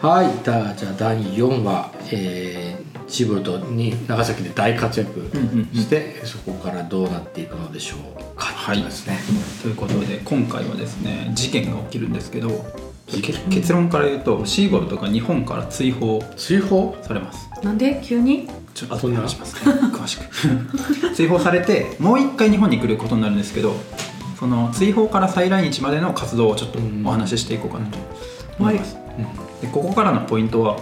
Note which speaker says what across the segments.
Speaker 1: はいだじゃあ第4話、えー、チーボルトに長崎で大活躍して、そこからどうなっていくのでしょうか
Speaker 2: はい
Speaker 1: ですね
Speaker 2: ということで今回はですね事件が起きるんですけどけ結論から言うとシーボルトが日本から追放
Speaker 1: 追放
Speaker 2: されます
Speaker 3: なんで急に
Speaker 2: ちょっと後で話しますね詳しく 追放されてもう一回日本に来ることになるんですけどその追放から再来日までの活動をちょっとお話ししていこうかなと思います、でここからのポイントは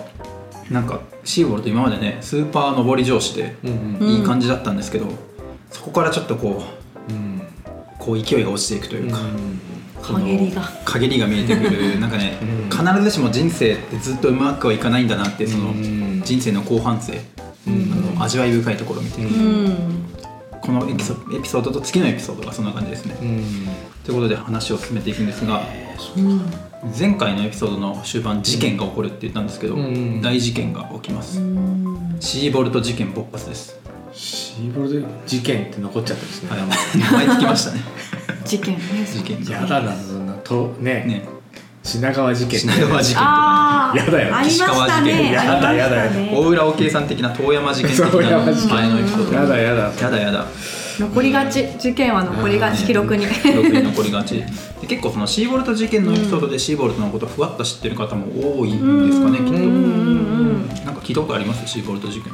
Speaker 2: なんかシーボルト今までねスーパー上り上司で
Speaker 1: うんうん
Speaker 2: いい感じだったんですけど、そこからちょっとこう
Speaker 1: うん
Speaker 2: こう勢いが落ちていくというか、その
Speaker 3: 陰りが
Speaker 2: 陰りが見えてくるなんかね、
Speaker 1: うん
Speaker 2: 必ずしも人生ってずっとうまくはいかないんだなってその、
Speaker 1: うん
Speaker 2: 人生の後半生、
Speaker 1: うん
Speaker 2: あの味わい深いところみたいな、
Speaker 3: うん
Speaker 2: このエピソエピソードと次のエピソードがそんな感じですね、
Speaker 1: うん
Speaker 2: ということで話を進めていくんですが
Speaker 1: えーそう
Speaker 3: うん
Speaker 2: 前回のエピソードの終盤事件が起こるって言ったんですけど、
Speaker 1: うん
Speaker 2: 大事件が起きます、シーボルト事件勃発です、
Speaker 1: シーボルト事件って残っちゃったんですね、
Speaker 2: はい、名前つきましたね
Speaker 3: 事件ね
Speaker 2: 事件
Speaker 1: やだなそんなとね
Speaker 2: ね
Speaker 1: 品川事件
Speaker 2: 品川事件とか、
Speaker 3: ああ
Speaker 1: やだよ
Speaker 3: ありました
Speaker 2: 石川事件
Speaker 3: ね
Speaker 1: やだ
Speaker 3: ありました
Speaker 1: やだ
Speaker 2: ね、
Speaker 3: ね
Speaker 2: 大浦おけいさん的な遠山事件的な
Speaker 1: 遠山事件
Speaker 2: 前のエピソード
Speaker 1: やだやだ
Speaker 2: やだやだ
Speaker 3: 残りがち事件は残りがち記録に
Speaker 2: 記録に残りがちで結構そのシーボルト事件のエピソードでシーボルトのことをふわっと知ってる方も多いんですかねきっとなんか聞いたことありますシーボルト事件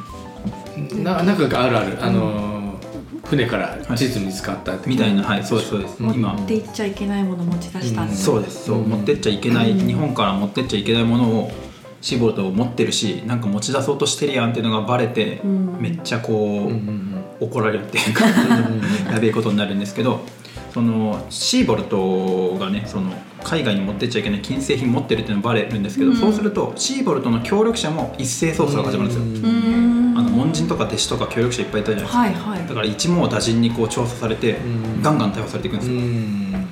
Speaker 1: ななんかあるある、あのー船から地図見つかった
Speaker 2: みたい
Speaker 1: な
Speaker 2: なはいそうですそうです
Speaker 1: うん
Speaker 2: 今
Speaker 3: 持っていっちゃいけないもの持ち出した
Speaker 1: うん
Speaker 2: そうですそう
Speaker 1: うん
Speaker 2: 持ってっちゃいけない日本から持ってっちゃいけないものをシーボルトを持ってるしなんか持ち出そうとしてるやんっていうのがバレて
Speaker 3: うん
Speaker 2: めっちゃこ
Speaker 1: うんう
Speaker 2: うん怒られるっていうかやべえことになるんですけどそのシーボルトがねその海外に持ってっちゃいけない禁制品持ってるっていうのバレるんですけど、
Speaker 3: うん
Speaker 2: そうするとシーボルトの協力者も一斉捜査が始まるんですよ、
Speaker 1: う
Speaker 3: うーん
Speaker 2: あの門人とか弟子とか協力者いっぱいいたじゃないですか、
Speaker 3: はいはい
Speaker 2: だから一網打尽にこう調査されて、
Speaker 1: うん
Speaker 2: ガンガン逮捕されていくんで
Speaker 1: う
Speaker 2: すよ、
Speaker 1: ん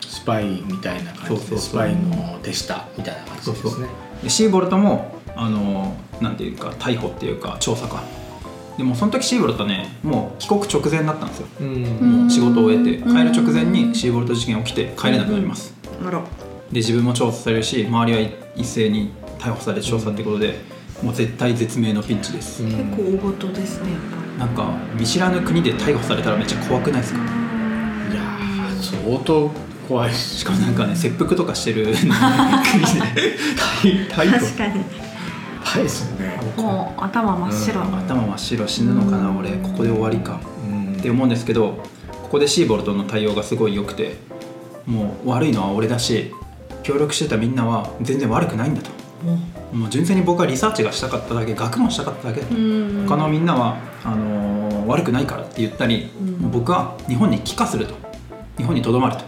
Speaker 1: スパイみたいな感じ
Speaker 2: そうそうそう
Speaker 1: でスパイの手下みたいな感じですね
Speaker 2: でシーボルトもあのなんていうか逮捕っていうか調査かでもその時シーボルトねもう帰国直前だったんですよ
Speaker 1: う
Speaker 3: うん
Speaker 1: ん
Speaker 2: もう仕事を終えて帰る直前にシーボルト事件起きて帰れなくなります、
Speaker 3: あら
Speaker 2: で自分も調査されるし周りは一斉に逮捕され調査ってことで、もう絶対絶命のピンチです、
Speaker 1: うん
Speaker 3: 結構大ごとですね
Speaker 2: な
Speaker 3: やっぱり
Speaker 2: んか見知らぬ国で逮捕されたらめっちゃ怖くないですか
Speaker 1: いやー相当怖い
Speaker 2: し
Speaker 1: し
Speaker 2: かもなんかね切腹とかしてる国で逮逮捕
Speaker 3: 確かに
Speaker 1: 怖いですよね
Speaker 3: もう頭真っ白、
Speaker 1: うん
Speaker 2: 頭真っ白死ぬのかな俺ここで終わりか
Speaker 1: うん
Speaker 2: って思うんですけどここでシーボルトの対応がすごい良くてもう悪いのは俺だし協力してたみんなは全然悪くないんだともう純粋に僕はリサーチがしたかっただけ学問したかっただけだと
Speaker 3: うん
Speaker 2: 他のみんなはあのー悪くないからって言ったり、
Speaker 3: うん
Speaker 2: 僕は日本に帰化すると日本にとどまると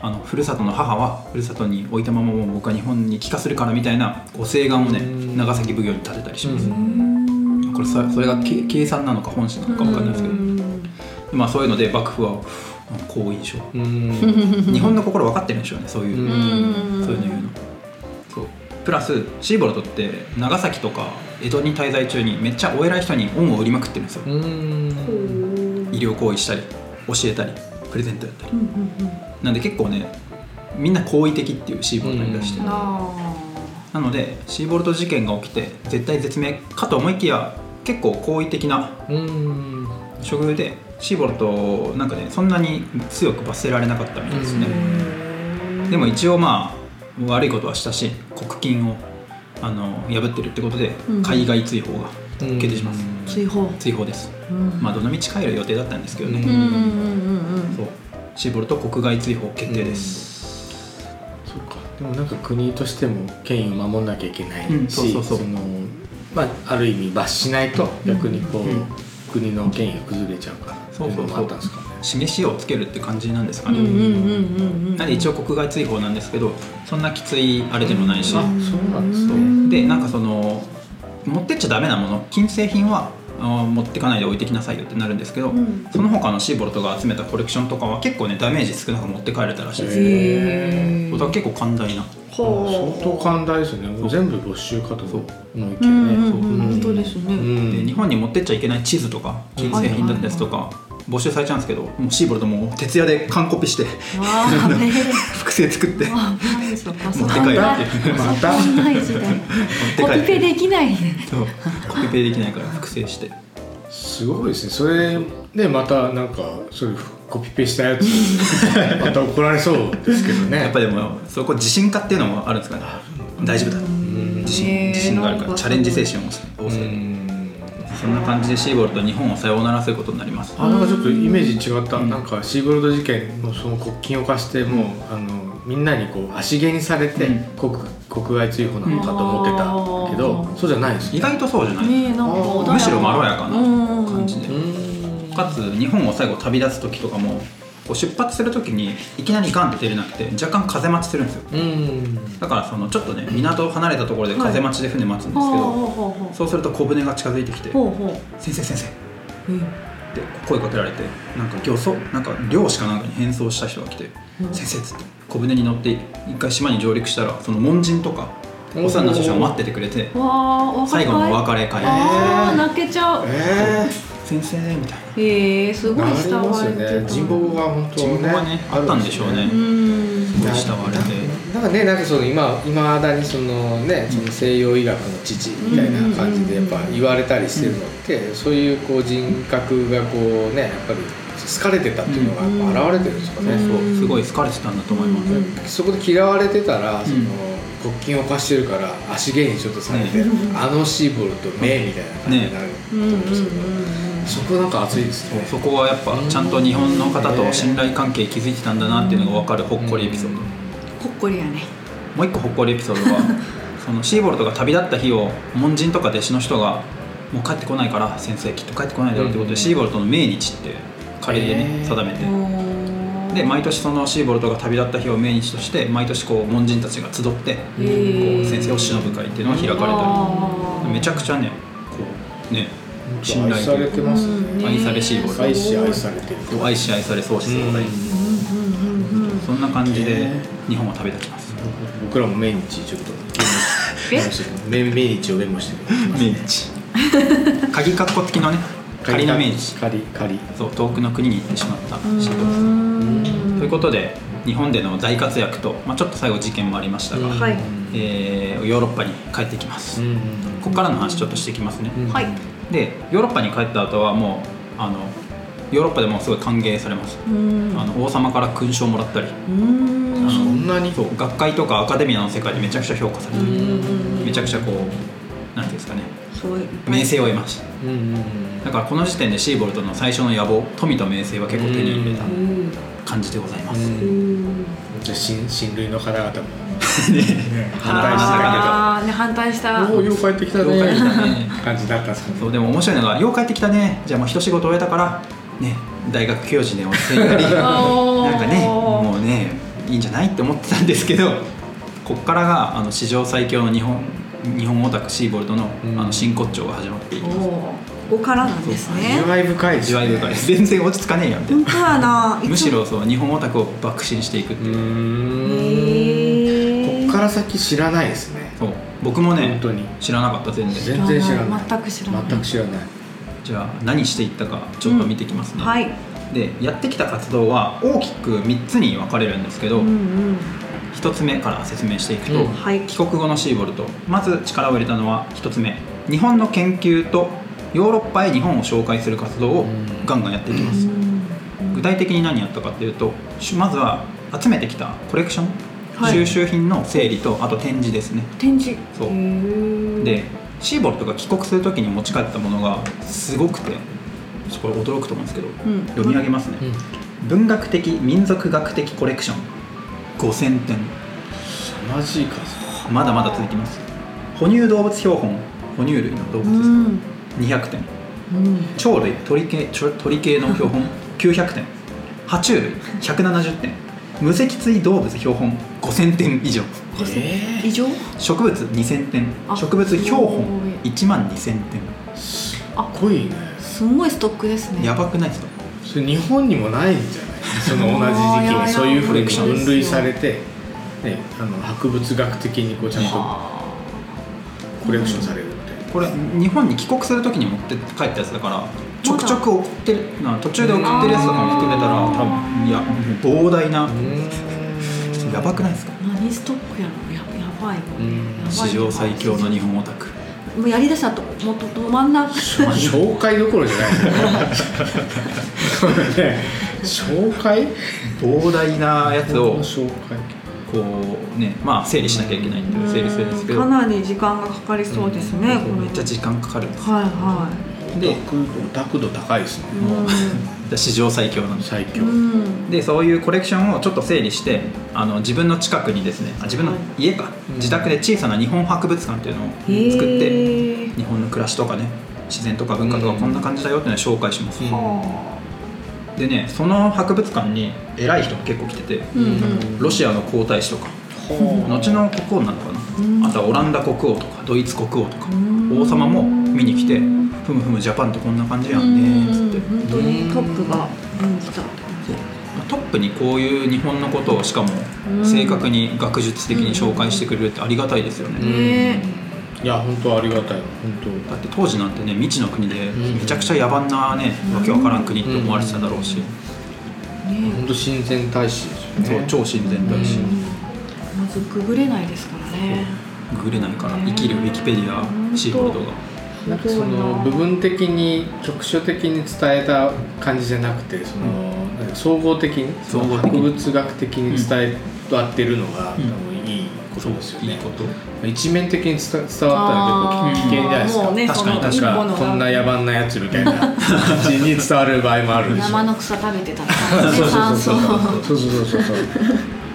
Speaker 2: あのふるさとの母はふるさとに置いたままもう僕は日本に帰化するからみたいなご請願をね、
Speaker 1: うん
Speaker 2: 長崎奉行に立てたりします、
Speaker 3: うん
Speaker 2: これさそれがけ計算なのか本心なのか分かんないですけど、まあ、そういうので幕府は好印象
Speaker 1: うん
Speaker 2: 日本の心分かってるんでしょうねそういう、
Speaker 1: う
Speaker 3: うんん
Speaker 2: そういうの言うのそうプラスシーボルトって長崎とか江戸に滞在中にめっちゃお偉い人に恩を売りまくってるんですよ、
Speaker 1: うん
Speaker 2: 医療行為したり教えたりプレゼントやったり
Speaker 3: うんうんうん
Speaker 2: なんで結構ねみんな好意的っていうシーボルトに対して、
Speaker 1: うん
Speaker 3: あ
Speaker 2: なのでシーボルト事件が起きて絶対絶命かと思いきや結構好意的な
Speaker 1: うん
Speaker 2: 処遇でシーボルトなんかねそんなに強く罰せられなかったみたいですね、でも一応まあ悪いことはしたし国禁をあの破ってるってことで
Speaker 3: うん
Speaker 2: 海外追放が決定します、
Speaker 3: ー追放
Speaker 2: 追放です、
Speaker 3: うん
Speaker 2: まあどの道帰る予定だったんですけどね、
Speaker 1: うん
Speaker 3: うんうんうんうん
Speaker 2: そうシーボルト国外追放決定です、
Speaker 1: そうかでもなんか国としても権威を守らなきゃいけないし、
Speaker 2: うんそうそうそう
Speaker 1: のまあ、ある意味罰しないと逆にこう、
Speaker 2: うん
Speaker 1: 国の権威が崩れちゃうから
Speaker 2: そうそう
Speaker 1: って
Speaker 2: そう
Speaker 1: いのもあったんですかね
Speaker 2: 示しをつけるって感じなんですか
Speaker 3: うん
Speaker 2: ね、
Speaker 3: うんうんうんうん
Speaker 2: なんで一応国外追放なんですけどそんなきついあれでもないし、
Speaker 1: あそうなんですね
Speaker 2: でなんかその持ってっちゃダメなもの金製品はあー持ってかないで置いてきなさいよってなるんですけど、
Speaker 3: ん
Speaker 2: その他のシーボルトが集めたコレクションとかは結構ねダメージ少なく持って帰れたらしいです、
Speaker 1: へ
Speaker 2: だから結構寛大な
Speaker 1: 相
Speaker 3: ほう
Speaker 1: 当寛大ですよねもう全部没収かと思いき
Speaker 3: う
Speaker 1: や
Speaker 3: んう
Speaker 1: ね
Speaker 3: んうん本当です
Speaker 1: う
Speaker 3: ね
Speaker 1: ん
Speaker 2: で日本に持ってっちゃいけない地図とか金製品だったやつとか、募集されちゃうんですけどもうシーボルトもう徹夜で完コピして
Speaker 3: わあ危ね
Speaker 2: 複製作って
Speaker 3: えわあ危ないですよパソ
Speaker 2: 持
Speaker 3: コ
Speaker 2: っ
Speaker 3: ン
Speaker 2: て帰るっていう
Speaker 1: また
Speaker 3: 危ない時
Speaker 2: 持
Speaker 3: 代コ
Speaker 2: って帰る
Speaker 3: ピペできない
Speaker 2: そうコピペできないから複製して
Speaker 1: すごいですねそれでまたなんかそういうコピペしたやつまた怒られそうですけどね
Speaker 2: やっぱでもそこ自信家っていうのもあるんですかね大丈夫だ
Speaker 1: うん
Speaker 2: 自信自信があるからチャレンジ精神を持つ
Speaker 1: う
Speaker 2: そ
Speaker 1: ん
Speaker 2: んな感じでシーボルト日本をさようならすることになります
Speaker 1: あなんかちょっとイメージ違った、
Speaker 2: うん
Speaker 1: なんかシーボルド事件のその国金を貸してもうあのみんなにこう足毛にされて
Speaker 2: うん
Speaker 1: 国,、国外追放なのかと思ってたけど、
Speaker 3: うん
Speaker 1: そうじゃないです
Speaker 2: 意外とそうじゃない、
Speaker 3: ねえなんか穏やか
Speaker 2: むしろまろやかな感じで
Speaker 1: う、ーん
Speaker 2: かつ日本を最後旅立つ時とかもこう出発する時にいきなりガンって出れなくて若干風待ちするんですよ
Speaker 1: うん
Speaker 2: だからそのちょっとね港を離れたところで風待ちで船待つんですけど、
Speaker 3: ほうほうほう
Speaker 2: そうすると小舟が近づいてきて
Speaker 3: ほうほう
Speaker 2: 「先生先生」
Speaker 3: うん
Speaker 2: って声かけられてなんか漁村なんか漁師かなんかに変装した人が来て「
Speaker 3: うん
Speaker 2: 先生」っつって小舟に乗って一回島に上陸したらその門人とかお世話になった人が待っててくれて
Speaker 3: わあお別
Speaker 2: 最
Speaker 3: れ会
Speaker 2: 後のお別れ会
Speaker 3: ああ泣けちゃう
Speaker 1: え
Speaker 2: 「先生」みたいな
Speaker 3: へえす
Speaker 1: ー、
Speaker 3: ごい
Speaker 1: な
Speaker 3: 慕
Speaker 1: りま
Speaker 3: わ
Speaker 1: す
Speaker 3: れ
Speaker 1: よ
Speaker 3: てた
Speaker 1: ね人望が本当
Speaker 2: 人望がねあったんでしょうね
Speaker 3: うん
Speaker 2: こう慕われて
Speaker 1: なんかねなんかその今いまだにそのねその西洋医学の父みたいな感じでやっぱ言われたりしてるのって、そういうこう人格がこうねやっぱり好かれてたっていうのがやっぱ現れてるんですかね、
Speaker 3: うん
Speaker 2: そうすごい好かれてたんだと思います、
Speaker 3: う
Speaker 1: そ
Speaker 3: ん
Speaker 1: こで嫌われてたらその、
Speaker 2: うん
Speaker 1: 国金を貸してるから足芸にちょっとされて、
Speaker 2: ね
Speaker 1: あのシーボルト目みたいな感じになると
Speaker 3: うん
Speaker 1: 思
Speaker 3: うんう
Speaker 1: うんんですけど、そこなんか熱いですね
Speaker 2: そこはやっぱちゃんと日本の方と信頼関係築いてたんだなっていうのが分かるほっこりエピソード
Speaker 1: うん
Speaker 3: ほっこりやね
Speaker 2: もう一個ほっこりエピソードはそのシーボルトが旅立った日を門人とか弟子の人がもう帰ってこないから先生きっと帰ってこないだろうってこと
Speaker 1: うん
Speaker 2: でシーボルトの命日って仮で
Speaker 1: へ
Speaker 2: ね
Speaker 1: ー
Speaker 2: 定めて
Speaker 3: うん
Speaker 2: で毎年そのシーボルトが旅立った日を命日として毎年こう門人たちが集ってこ
Speaker 3: へー
Speaker 2: う先生を忍ぶ会っていうのが開かれ
Speaker 3: あ
Speaker 2: た
Speaker 3: ー
Speaker 2: りめちゃくちゃねこうね信
Speaker 1: 愛
Speaker 2: 頼と
Speaker 1: さ
Speaker 2: い
Speaker 1: れ
Speaker 2: うか
Speaker 1: てますね、
Speaker 3: うんね
Speaker 2: 愛されしいボール
Speaker 1: 愛し愛されてる
Speaker 2: そう愛し愛され相思相愛、
Speaker 3: うんうんうん
Speaker 2: そんな感じで
Speaker 1: ね
Speaker 2: 日本を旅立ちます
Speaker 1: 僕らも毎日ちょっと
Speaker 3: え
Speaker 1: メメイチをメモしてる
Speaker 2: 命日鍵かっこ付きのね仮の命日
Speaker 1: 仮仮
Speaker 2: そう遠くの国に行ってしまったシー
Speaker 3: うん
Speaker 2: ボルトですということで日本での大活躍と、まあ、ちょっと最後事件もありましたが、
Speaker 3: はい
Speaker 2: えーヨーロッパに帰ってきます、
Speaker 1: ん
Speaker 2: ここからの話ちょっとしていきますね、
Speaker 1: うん
Speaker 3: はい
Speaker 2: でヨーロッパに帰った後はもうあのヨーロッパでもすごい歓迎されます、
Speaker 3: うん
Speaker 2: あの王様から勲章もらったり、
Speaker 3: うん
Speaker 2: あの
Speaker 1: そんなに
Speaker 2: そう学会とかアカデミアの世界でめちゃくちゃ評価されてる、
Speaker 3: うん
Speaker 2: めちゃくちゃこうなんていうんですかね
Speaker 3: そういっぱい
Speaker 2: 名声を得ました
Speaker 1: うんうん
Speaker 2: だからこの時点でシーボルトの最初の野望富と名声は結構手に入れた
Speaker 3: うん
Speaker 2: 感じでございま
Speaker 1: う
Speaker 2: す、
Speaker 1: ん
Speaker 3: う
Speaker 1: うん
Speaker 3: ん
Speaker 1: じゃあ新親類の方々も反対してた
Speaker 3: あーね反対した
Speaker 1: けどおおよう帰ってきた
Speaker 2: よう帰ってきたね
Speaker 1: ね感じだったんですかね
Speaker 2: そうでも面白いのが「よう帰ってきたねじゃあもう一仕事終えたからね大学教授でお世話にな りなんかねもうねいいんじゃない?」って思ってたんですけどこっからがあの史上最強の日本日本オタクシーボルトの,、
Speaker 1: うん
Speaker 2: あの真骨頂が始まっていきます
Speaker 3: もうここからなんですね
Speaker 1: 味わい深いです
Speaker 2: 味
Speaker 1: ね
Speaker 2: わい深いです全然落ち着かねえよみたい
Speaker 3: 本当やな
Speaker 2: なむしろそう日本オタクを爆心していくっ
Speaker 1: う
Speaker 2: ていう、
Speaker 3: へ
Speaker 1: ーんこっ
Speaker 3: ー
Speaker 1: から先知らないですね
Speaker 2: そう僕もね
Speaker 1: 本当に
Speaker 2: 知らなかった全然
Speaker 1: 全然知らない
Speaker 3: 全く知らない
Speaker 1: 全く知らない
Speaker 2: じゃあ何していったかちょっと見ていきますね、
Speaker 3: はい
Speaker 2: でやってきた活動は大きく3つに分かれるんですけど、
Speaker 3: うんうん
Speaker 2: 1つ目から説明していくと、
Speaker 1: うん
Speaker 3: はい
Speaker 2: 帰国後のシーボルトまず力を入れたのは1つ目日本の研究とヨーロッパへ日本を紹介する活動を
Speaker 1: うん
Speaker 2: ガンガンやっていきます、具体的に何やったかっていうとしまずは集めてきたコレクション、
Speaker 3: はい
Speaker 2: 収集品の整理とあと展示ですね
Speaker 3: 展示
Speaker 2: そう
Speaker 3: へー
Speaker 2: でシーボルトが帰国する時に持ち帰ったものがすごくてちょっとこれ驚くと思うんですけど、
Speaker 3: ん
Speaker 2: 読み上げますね、文学的民族学的コレクション5000点
Speaker 1: マジか
Speaker 2: まだまだ続きます哺乳動物標本哺乳類の動
Speaker 3: う
Speaker 2: 物です、
Speaker 3: ん
Speaker 2: 200点
Speaker 3: うん
Speaker 2: 鳥類鳥系鳥鳥系の標 本900点爬虫類170点無脊椎動物標本5000点以上
Speaker 1: え
Speaker 3: 以上
Speaker 2: 植物2000点
Speaker 3: あ
Speaker 2: 植物標
Speaker 3: すごい
Speaker 2: 本1万2000
Speaker 1: かっこいいね
Speaker 3: すごいストックです
Speaker 2: 点
Speaker 3: ね
Speaker 2: やばくないですか
Speaker 1: それ日本にもないんじゃないその同じ時期
Speaker 3: あーいやいや
Speaker 1: にそういうふうに分類されて、ね、あの博物学的にこうちゃんと
Speaker 3: あ
Speaker 1: コレクションされるみたいな
Speaker 2: これ日本に帰国する時に持って帰ったやつだからちょくちょく送ってるな途中で送ってるやつとかも含めたら
Speaker 3: うん
Speaker 2: 多分いやもう膨大な
Speaker 1: う
Speaker 2: ちょっとやばくないですか
Speaker 3: 何ストックやろややばいもんね
Speaker 1: うん
Speaker 3: やばい
Speaker 2: 史上最強の日本オタク
Speaker 3: もうやりだしたともっと止まんなく
Speaker 1: ん紹介どころじゃないですねね紹介
Speaker 2: 膨大なやつを
Speaker 1: 紹介
Speaker 2: こうねまあ整理しなきゃいけないんで整理するんですけど
Speaker 3: か
Speaker 2: め
Speaker 3: なり時間がかかりそうですね、この
Speaker 2: っちゃ時間かかるんです
Speaker 3: はいは
Speaker 1: で角度高いですね
Speaker 3: いうん
Speaker 2: 史上最強なんです
Speaker 1: 最強
Speaker 3: うん
Speaker 2: でそういうコレクションをちょっと整理してあの自分の近くにですねあ自分の
Speaker 3: はい
Speaker 2: 家か、
Speaker 1: うん
Speaker 2: 自宅で小さな日本博物館っていうのを作って
Speaker 3: へー
Speaker 2: 日本の暮らしとかね自然とか文化とか
Speaker 1: うん
Speaker 2: こんな感じだよっていうのを紹介します、
Speaker 1: うん
Speaker 3: は
Speaker 2: でねその博物館に偉い人が結構来てて、
Speaker 3: あうんうん
Speaker 2: ロシアの皇太子とか後の国王なのかな、
Speaker 3: うん
Speaker 2: あとはオランダ国王とかドイツ国王とか
Speaker 3: うん
Speaker 2: 王様も見に来てふむふむジャパンってこんな感じやんねつって
Speaker 3: うん本当にトップがうん来たって感じ
Speaker 2: トップにこういう日本のことをしかも
Speaker 3: うん
Speaker 2: 正確に学術的に紹介してくれるってありがたいですよね、
Speaker 3: ね
Speaker 1: いや本当ありがたい本
Speaker 2: だって当時なんてね未知の国で
Speaker 1: うん
Speaker 2: めちゃくちゃ野蛮なね、
Speaker 3: うん
Speaker 2: わけわからん国って思われてただろうし、
Speaker 1: 当
Speaker 3: ね
Speaker 1: 本当親善大使ですよね
Speaker 2: そう超親善だし、
Speaker 3: まずくぐれないですからね
Speaker 2: ググれないから
Speaker 3: ね
Speaker 2: 生きるウィキペディアシーフォードが
Speaker 1: なんかその部分的に直所的に伝えた感じじゃなくてその、なんか総合的に
Speaker 2: 総合的に
Speaker 1: 博物学的に伝え合ってるのが、
Speaker 2: うん
Speaker 1: 多分いいことですよ
Speaker 2: いい
Speaker 1: ね
Speaker 2: こ、と
Speaker 1: 一面的に伝伝わったら
Speaker 3: あー
Speaker 1: 結構危険じゃないですか
Speaker 3: もうね
Speaker 2: 確かに
Speaker 3: その
Speaker 2: 確
Speaker 1: なんかこんな野蛮なやつみたいな感じに伝わる場合もあるでしょ
Speaker 3: 生の草食べてたとかね
Speaker 1: そうそう
Speaker 3: 酸
Speaker 1: そ
Speaker 3: 素
Speaker 1: うそうそうそうそうそう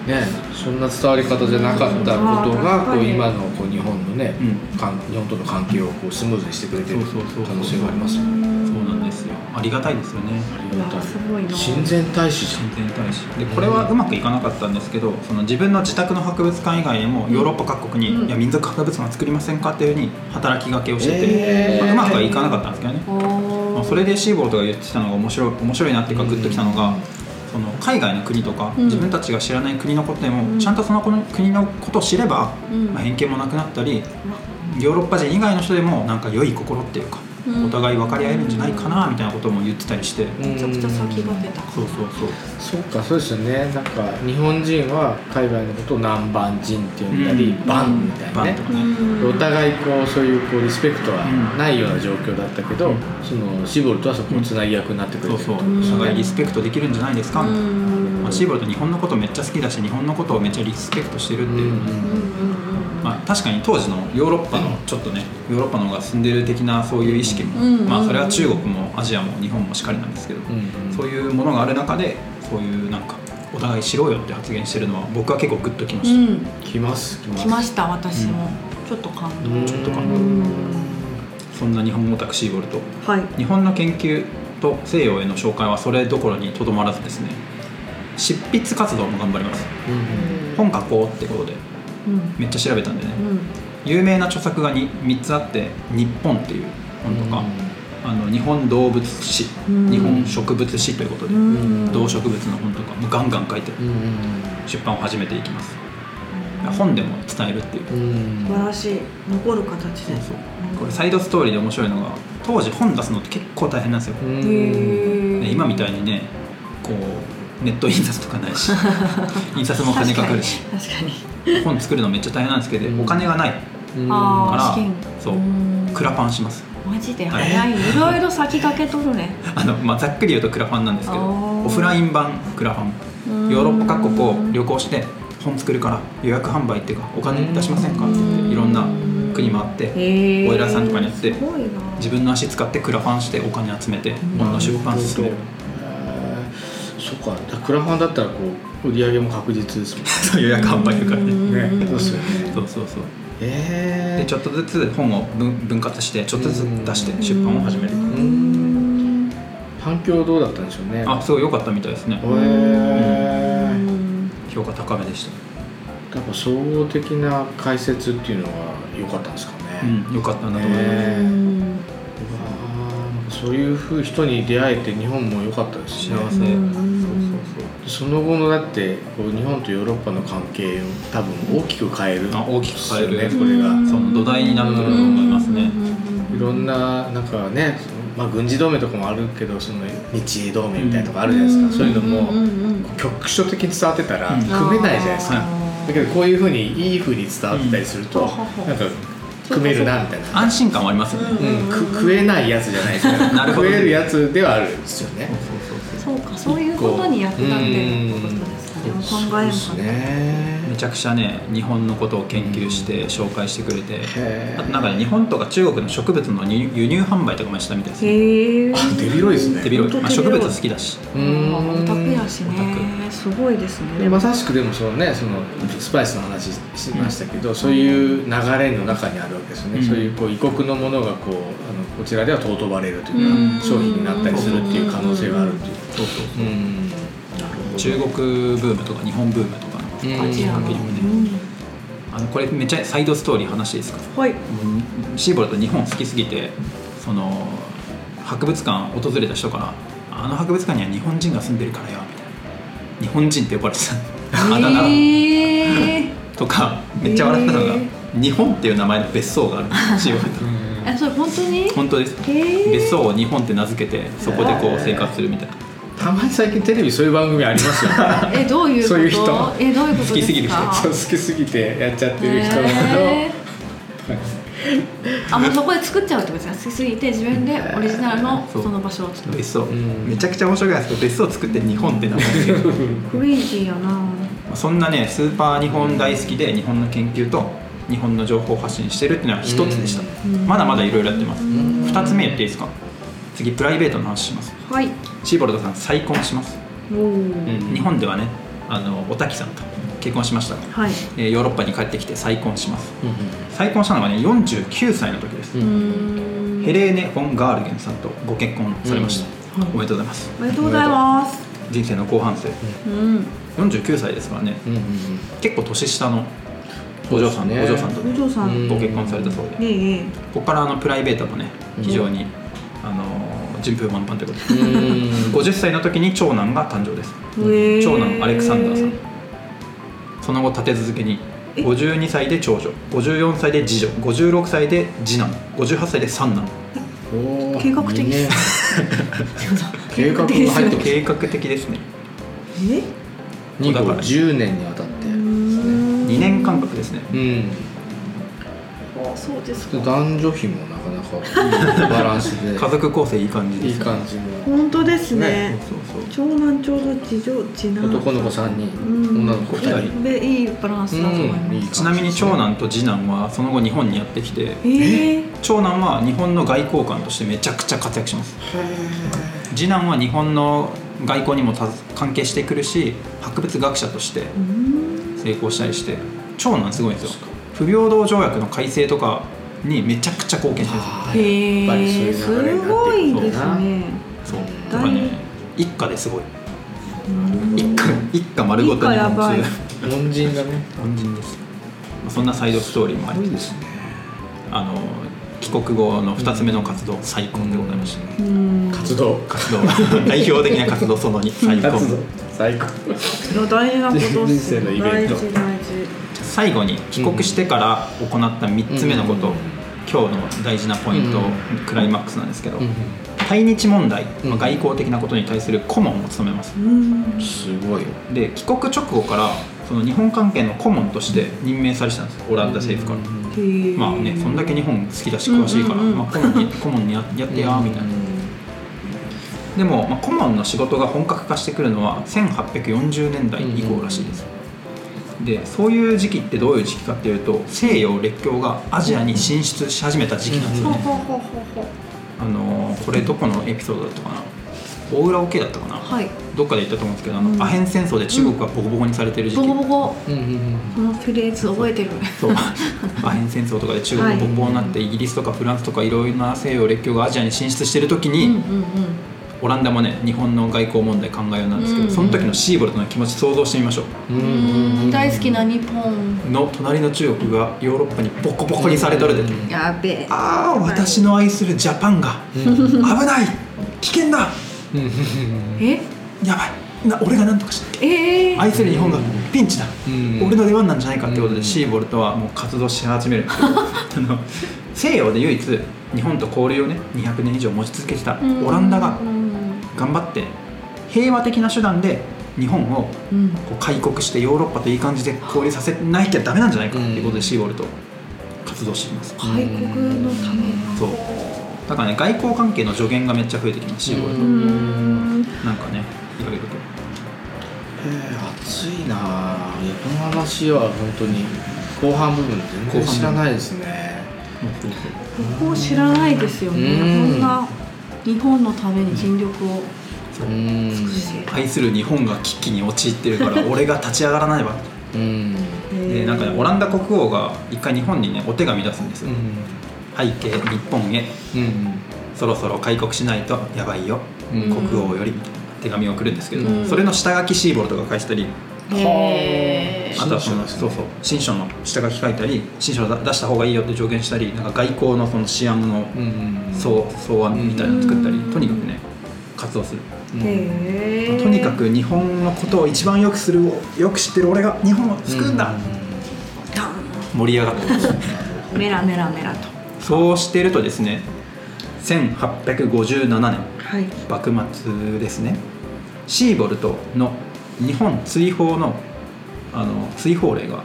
Speaker 1: ねそんな伝わり方じゃなかったことがこう今のこう日本のね、
Speaker 2: う
Speaker 1: かん日本との関係をこうスムーズにしてくれてる
Speaker 2: そうそうそうそう
Speaker 1: 可能性がありますよね
Speaker 2: そうなんですよありがたいですよね
Speaker 1: あり
Speaker 3: い
Speaker 1: が
Speaker 3: や
Speaker 1: たい
Speaker 3: すごいな
Speaker 1: 親善大使じゃん
Speaker 2: 親善大使でこれはうまくいかなかったんですけどその自分の自宅の博物館以外にもヨーロッパ各国に、
Speaker 3: うん
Speaker 2: いや民族博物館作りませんかっていうふうに働きかけをしてて、
Speaker 1: えー
Speaker 2: まあうまくはいかなかったんですけどね、ま
Speaker 3: お
Speaker 2: あ、それでシーボルトが言ってたのが面白い面白いなっていうかグッときたのが、その海外の国とか、
Speaker 3: うん
Speaker 2: 自分たちが知らない国のことでも、
Speaker 3: うん
Speaker 2: ちゃんとそのこの国のことを知れば、
Speaker 3: うん
Speaker 2: まあ、偏見もなくなったりヨーロッパ人以外の人でもなんか良い心っていうか、
Speaker 3: うん
Speaker 2: お互い分かり合えるんじゃないかなみたいなことも言ってたりして、
Speaker 3: めちゃくちゃ先が出た
Speaker 2: そうそうそう
Speaker 1: そうかそうですよねなんか日本人は海外のことを南蛮人って呼んだり、
Speaker 2: うん
Speaker 1: バンみたいな
Speaker 2: バン
Speaker 1: ね
Speaker 2: と、か
Speaker 3: う
Speaker 2: ね、
Speaker 3: ん
Speaker 1: お互いこうそういうこうリスペクトは
Speaker 2: うん
Speaker 1: ないような状況だったけど、
Speaker 2: うん
Speaker 1: そのシーボルトはそこをつなぎ役になってくれてる
Speaker 2: そうそう
Speaker 1: と、
Speaker 3: ん
Speaker 2: お互いリスペクトできるんじゃないですか、
Speaker 3: うん
Speaker 2: まあ、シーボルト日本のことめっちゃ好きだし日本のことをめっちゃリスペクトしてるっていう、
Speaker 1: うん
Speaker 3: うんうん
Speaker 2: まあ、確かに当時のヨーロッパのちょっとねヨーロッパの方が進んでる的なそういう意識も、
Speaker 3: うん
Speaker 2: まあ、それは中国もアジアも日本もしかりなんですけど、そういうものがある中でそういうなんかお互いしろよって発言してるのは僕は結構グッときま
Speaker 3: う
Speaker 2: した、
Speaker 3: んうん
Speaker 1: 来ます来ます
Speaker 3: 来ました私もちょっと感動
Speaker 1: ちょっとか
Speaker 2: そんな日本オタクシーボルト
Speaker 3: はい
Speaker 2: 日本の研究と西洋への紹介はそれどころにとどまらずですね執筆活動も頑張ります本書こうってことで
Speaker 3: うん
Speaker 2: めっちゃ調べたんでね、
Speaker 3: うん
Speaker 2: 有名な著作が 3, つあって「日本」っていう本とか、あの日本動物史、
Speaker 3: うん
Speaker 2: 日本植物史ということで、
Speaker 3: うん
Speaker 2: 動植物の本とかもガンガン書いて
Speaker 1: うん
Speaker 2: 出版を始めていきます本でも伝えるっていう、
Speaker 1: うんうん
Speaker 3: 素晴らしい残る形で
Speaker 2: そうそうこれサイドストーリーで面白いのが当時本出すのって結構大変なんですよ、
Speaker 1: うん
Speaker 2: で
Speaker 3: へ
Speaker 2: 今みたいにねこうネット印刷とかないし印刷もお金かかるし
Speaker 3: 確かに
Speaker 2: 本作るのめっちゃ大変なんですけど、
Speaker 1: うん
Speaker 2: お金がない
Speaker 1: うん
Speaker 2: か
Speaker 3: あ
Speaker 2: ら
Speaker 3: あ試験
Speaker 2: そうクラファンします
Speaker 3: マジで早いいろいろ先駆け取るね
Speaker 2: あの、まあ、ざっくり言うとクラファンなんですけど
Speaker 3: あー
Speaker 2: オフライン版クラファンヨーロッパ各国を旅行して本作るから予約販売っていうかお金出しませんかって言っていろんな国回って
Speaker 3: へー
Speaker 2: お偉いさんとかにやって
Speaker 3: すごいな
Speaker 2: 自分の足使ってクラファンしてお金集めて本の出版進める
Speaker 1: へーそっかだからクラファンだったらこう売り上げも確実ですもん
Speaker 2: そう予約販売だからね
Speaker 3: うん
Speaker 1: ねそうですよね
Speaker 2: そうそうそう
Speaker 1: え
Speaker 2: でちょっとずつ本を分分割してちょっとずつ出して出版を始める
Speaker 3: うん
Speaker 1: 反響どうだったんでしょうね
Speaker 2: あすごい良かったみたいですね
Speaker 1: へえ
Speaker 2: 評価高めでし
Speaker 1: やっぱ総合的な解説っていうのが良かったんですかね、
Speaker 2: たうん良かったなと思います
Speaker 1: ね
Speaker 3: うん
Speaker 1: うわーそういうふう人に出会えて日本も良かったですね
Speaker 2: 幸せそうそう
Speaker 3: うん
Speaker 2: そう
Speaker 1: その後のだってこう日本とヨーロッパの関係を多分大きく変える
Speaker 2: あ大きく変える
Speaker 1: ですよねこれが
Speaker 3: うん
Speaker 2: その土台になってくると
Speaker 1: うん
Speaker 2: 思いますね。
Speaker 1: いろんななんかねそのまあ、軍事同盟とかもあるけどその日英同盟みたいなとこあるじゃないですか、そういうのも、局所的に伝わってたら
Speaker 2: うん
Speaker 1: 組めないじゃないですか、だけどこういうふうにいいふうに伝わったりすると、
Speaker 3: うんははは
Speaker 1: なんか組めるなみたいな、
Speaker 2: 安心感もありますよね。
Speaker 3: うん
Speaker 1: うん、く食えないやつじゃないですか
Speaker 2: なるほ
Speaker 1: 食
Speaker 2: ど
Speaker 1: えるやつではあるんですよね
Speaker 3: そうかそういうことに役立ってるってことですかね考えも
Speaker 1: そうですね
Speaker 2: めちゃくちゃね日本のことを研究して紹介してくれて、
Speaker 1: へー
Speaker 2: あとなんかね日本とか中国の植物のに輸入販売とかもしたみたいですね。
Speaker 3: へえ
Speaker 1: あ手広いですね
Speaker 2: 手広い、まあ、植
Speaker 3: 本当手広
Speaker 2: 物
Speaker 3: い
Speaker 2: 好きだし、
Speaker 1: うーん
Speaker 3: オタクやしねすごいですね
Speaker 1: でまさしくでもそのねそのスパイスの話しましたけど、そういう流れの中にあるわけですよね、
Speaker 2: うん
Speaker 1: そういうこう異国のものがこうあのこちらでは尊ばれるというか、
Speaker 3: うん
Speaker 1: 商品になったりするっていう可能性があるっていう、
Speaker 2: そうそう
Speaker 1: うんなるほど
Speaker 2: 中国ブームとか日本ブームとかの
Speaker 1: うん
Speaker 3: アジアの、
Speaker 2: 関係にもねあのこれめっちゃサイドストーリー話していいですか
Speaker 3: はい
Speaker 2: もうシーボルト日本好きすぎてその博物館訪れた人から「あの博物館には日本人が住んでるからよ」みたいな「日本人」って呼ばれてたあだ名
Speaker 3: え
Speaker 2: とかめっちゃ笑ったのが
Speaker 3: え
Speaker 2: 「日本」っていう名前の別荘があるシーボルト
Speaker 3: えそれ本当に
Speaker 2: 本当です
Speaker 3: へえ
Speaker 2: 別荘を日本って名付けてそこでこう生活するみたいな
Speaker 1: たまに最近テレビそういう番組ありますよね
Speaker 3: えどういうこと
Speaker 1: そういう人
Speaker 3: えどういうこ
Speaker 2: 好
Speaker 3: とですか
Speaker 2: きすぎる人
Speaker 1: そう好きすぎてやっちゃってる人だ
Speaker 3: へ
Speaker 1: け
Speaker 3: ーあもうそこで作っちゃうってことですか好きすぎて自分でオリジナルの
Speaker 2: そう
Speaker 3: その場所を作る
Speaker 2: 別荘
Speaker 1: うん
Speaker 2: めちゃくちゃ面白くないですけど別荘を作って日本って名前付ける
Speaker 1: ど、
Speaker 3: クレイジーやな
Speaker 2: そんなねスーパー日本大好きで日本の研究と日本の情報を発信してるっていうのは一つでした、
Speaker 3: うん
Speaker 2: まだまだいろいろやってます、
Speaker 1: ん
Speaker 2: 二つ目言っていいですか次プライベートの話します
Speaker 3: はい
Speaker 2: シーボルトさん再婚します、
Speaker 3: おー
Speaker 1: うん
Speaker 2: 日本ではねあのおたきさんと結婚しましたが、
Speaker 3: はい
Speaker 2: えーヨーロッパに帰ってきて再婚します
Speaker 1: う
Speaker 2: 再婚したのがね49歳の時です、
Speaker 1: う
Speaker 3: うー
Speaker 1: ん
Speaker 3: ん
Speaker 2: ヘレーネ・フォン・ガールゲンさんとご結婚されました、
Speaker 3: うんはい
Speaker 2: おめでとうございます
Speaker 3: おめでとうございます
Speaker 2: 人生の後半生
Speaker 3: うん
Speaker 2: 49歳ですからね
Speaker 1: んうん
Speaker 2: 結構年下のお嬢さん、
Speaker 1: そうですね
Speaker 2: お嬢さんと
Speaker 3: お
Speaker 2: ね
Speaker 3: 嬢さん、
Speaker 1: うん
Speaker 3: ね
Speaker 2: ご結婚されたそうで、
Speaker 3: えね
Speaker 2: ここからあのプライベートもね
Speaker 1: うん
Speaker 2: 非常に、あの順風満帆ということ
Speaker 1: う
Speaker 2: で、
Speaker 1: ん
Speaker 2: 50歳の時に長男が誕生です
Speaker 3: えへえ
Speaker 2: 長男アレクサンダーさんその後立て続けに
Speaker 3: え
Speaker 2: 52歳で長女54歳で次女56歳で次男58歳で三男
Speaker 1: おー
Speaker 3: 計画的
Speaker 1: いい ね計画が
Speaker 3: 計画
Speaker 1: 入ってま
Speaker 3: 的で
Speaker 1: す
Speaker 2: 計画的ですね
Speaker 3: え
Speaker 1: 2
Speaker 2: だ
Speaker 1: 個
Speaker 2: から
Speaker 1: 10年にわたって
Speaker 2: 2
Speaker 3: 2
Speaker 2: 年間隔ですね
Speaker 1: うん
Speaker 3: そうですか
Speaker 1: 男女比もなかなかいいバランスで
Speaker 2: 家族構成いい感じです
Speaker 1: いい感じの
Speaker 3: 本当ですね
Speaker 2: そうそうそう
Speaker 3: 長男長女次女次男
Speaker 1: 男の子3人、
Speaker 3: うん
Speaker 1: 女の子2人
Speaker 3: でいいバランスだと思います、
Speaker 1: うんいい
Speaker 2: ちなみに長男と次男はその後日本にやってきて
Speaker 3: ええ
Speaker 2: 長男は日本の外交官としてめちゃくちゃ活躍します次男は日本の外交にもたず関係してくるし博物学者として
Speaker 3: うん
Speaker 2: 成功したりして長男すごいんですよ不平等条約の改正とかにめちゃくちゃ貢献してるん
Speaker 1: あーやっぱりそう
Speaker 3: へ
Speaker 1: いう流れ
Speaker 3: え
Speaker 1: に
Speaker 3: す
Speaker 1: なっ
Speaker 3: ご
Speaker 1: てい
Speaker 3: い
Speaker 1: くの
Speaker 3: で
Speaker 1: か
Speaker 3: す
Speaker 1: な
Speaker 3: ね
Speaker 2: ですそう
Speaker 1: うん
Speaker 2: とかね一家ですごい一家一家丸ご
Speaker 3: 一
Speaker 2: と
Speaker 3: 家
Speaker 2: 日
Speaker 3: やば
Speaker 2: 本
Speaker 3: い
Speaker 2: 中
Speaker 1: 恩人がね
Speaker 2: 凡人ですまあそんなサイドストーリーもあり
Speaker 1: ですね
Speaker 2: あの帰国後の2つ目の活動再婚でございました
Speaker 3: うん
Speaker 1: 活動
Speaker 2: 活動代表的な活動その2再婚
Speaker 1: 活動最高
Speaker 3: それは大事なことっすよ
Speaker 1: 人生のイベント
Speaker 3: 大事大事
Speaker 2: 最後に帰国してから行った3つ目のこと、
Speaker 1: うん
Speaker 2: 今日の大事なポイント、
Speaker 1: うん
Speaker 2: クライマックスなんですけど、
Speaker 1: うん
Speaker 2: 対日問題、
Speaker 1: うん
Speaker 2: まあ外交的なことに対する顧問を務めます
Speaker 3: うん
Speaker 1: すごいよ
Speaker 2: で帰国直後からその日本関係の顧問として任命されてたんですオランダ政府から、
Speaker 1: ら
Speaker 3: へえ
Speaker 2: まあねそんだけ日本好きだし詳しいから、
Speaker 3: うんうんうん
Speaker 2: まあ、顧問に顧問にややってやみたいな、でも、まあ、顧問の仕事が本格化してくるのは1840年代以降らしいです、でそういう時期ってどういう時期かっていうと西洋列強がアジアに進出し始めた時期なんですよ
Speaker 3: ほう
Speaker 2: ね、
Speaker 3: ほうほうほうほう
Speaker 2: あのーこれどこのエピソードだったかな大浦沖だったかな、
Speaker 3: はい
Speaker 2: どっかで言ったと思うんですけどあの、
Speaker 3: うん
Speaker 2: アヘン戦争で中国がボコボコにされてる時期、
Speaker 3: ボコボコ
Speaker 1: うんうんうん
Speaker 3: このフレーズ覚えてる
Speaker 2: そう アヘン戦争とかで中国がボコボコになって、イギリスとかフランスとかいろいろな西洋列強がアジアに進出してる時
Speaker 3: う
Speaker 2: に、
Speaker 3: んうん
Speaker 2: オランダもね日本の外交問題考えようなんですけど、
Speaker 3: うん
Speaker 2: その時のシーボルトの気持ち想像してみましょ
Speaker 1: うん
Speaker 3: う
Speaker 1: うんうん
Speaker 3: ん大好きな日本
Speaker 2: うの隣の中国がヨーロッパにボコボコにされとるで、
Speaker 1: うん
Speaker 3: やべえ
Speaker 2: ああ私の愛するジャパンが
Speaker 1: うん
Speaker 2: 危ない危険だ
Speaker 1: うんうんうん
Speaker 3: え
Speaker 2: やばいな俺が何とかして
Speaker 3: ええ
Speaker 2: 愛する日本がピンチだ、
Speaker 1: うん
Speaker 2: 俺の出番なんじゃないかってこと
Speaker 1: う
Speaker 2: で
Speaker 1: ん
Speaker 2: シーボルトはもう活動し 始めるんですよあの西洋で唯一日本と交流をね200年以上持ち続けてたオランダが
Speaker 3: うん
Speaker 2: 頑張って平和的な手段で日本を
Speaker 3: うん
Speaker 2: こう開国してヨーロッパといい感じで交流させないきゃダメなんじゃないかっていうことでシーボルト活動しています、
Speaker 3: 開国のため
Speaker 2: そうだからね外交関係の助言がめっちゃ増えてきますシーボルト、
Speaker 1: う
Speaker 3: うん
Speaker 2: なんかねいろいろと
Speaker 1: 暑いなあいやこの話は本当に後半部分全然知らないですね
Speaker 3: ここ知らないですよね
Speaker 1: うん
Speaker 3: こんな日本のために尽力を
Speaker 1: う
Speaker 2: うん
Speaker 1: ん
Speaker 3: 尽くしている
Speaker 2: 愛する日本が危機に陥ってるから俺が立ち上がらないわ
Speaker 1: うん
Speaker 2: でなんかねオランダ国王が一回日本にねお手紙出すんです
Speaker 1: う
Speaker 2: よ、
Speaker 1: ん
Speaker 2: 背景日本へ
Speaker 1: うん
Speaker 2: そろそろ開国しないとやばいよ、
Speaker 1: うん
Speaker 2: 国王よりみたいな手紙を送るんですけど、
Speaker 3: うん
Speaker 2: それの下書きシーボルトが返したり
Speaker 3: へ
Speaker 2: あとはその、
Speaker 1: 新書です
Speaker 2: そ
Speaker 1: ね
Speaker 2: うそう新書の下書き書いたり新書を出した方がいいよって助言したりなんか外交のその試案の
Speaker 1: うん
Speaker 2: 草草案みたいなの作ったり、
Speaker 3: うん
Speaker 2: とにかくね活動する、
Speaker 1: うん
Speaker 3: え
Speaker 2: とにかく日本のことを一番よくするよく知ってる俺が日本を救うんだ、
Speaker 3: ダン
Speaker 2: 盛り上がってます
Speaker 3: メラメラメラと
Speaker 2: そうしてるとですね1857年
Speaker 3: はい
Speaker 2: 幕末ですねシーボルトの日本追放のあの追放令が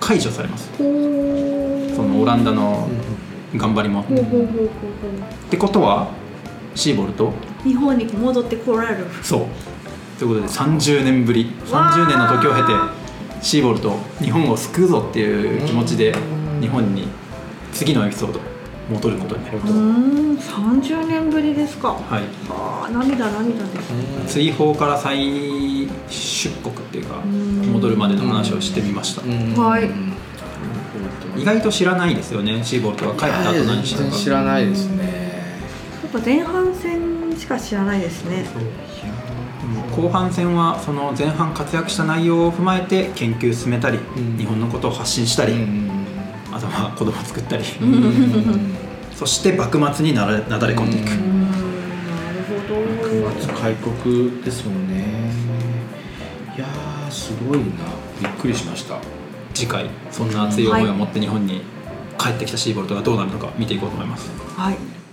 Speaker 2: 解除されますそのオランダの頑張りも、っ
Speaker 3: ほうほうほうほ
Speaker 2: てことはシーボルト
Speaker 3: う日本に戻ってこられる
Speaker 2: そうということで30年ぶり
Speaker 3: わー
Speaker 2: 30年の時を経てシーボルト日本を救うぞっていう気持ちで
Speaker 1: うん
Speaker 2: 日本に次のエピソード戻ることになる
Speaker 3: うーん30年ぶりですか
Speaker 2: はい
Speaker 3: あー涙涙です
Speaker 2: 追放から再出国っていうか
Speaker 3: ん
Speaker 2: 戻るまでの話をしてみました
Speaker 1: うん
Speaker 3: はい
Speaker 2: 意外と知らないですよねシーボルトが帰った後何した
Speaker 1: 全然
Speaker 2: のか
Speaker 1: 知らないですね
Speaker 3: やっぱ前半戦しか知らないですね
Speaker 2: 後半戦はその前半活躍した内容を踏まえて研究進めたり
Speaker 1: ん
Speaker 2: 日本のことを発信した
Speaker 1: う
Speaker 2: り
Speaker 1: ん
Speaker 2: あとは子供作ったり
Speaker 1: うん
Speaker 2: そして幕末になだれなだれ込んでいく、
Speaker 1: う
Speaker 3: うーんなるほ
Speaker 1: 9月開国ですもんねいやーすごいなびっくりしました
Speaker 2: 次回そんな熱い思いを持って日本に帰ってきたシーボルトがどうなるのか見ていこうと思います、
Speaker 3: どはい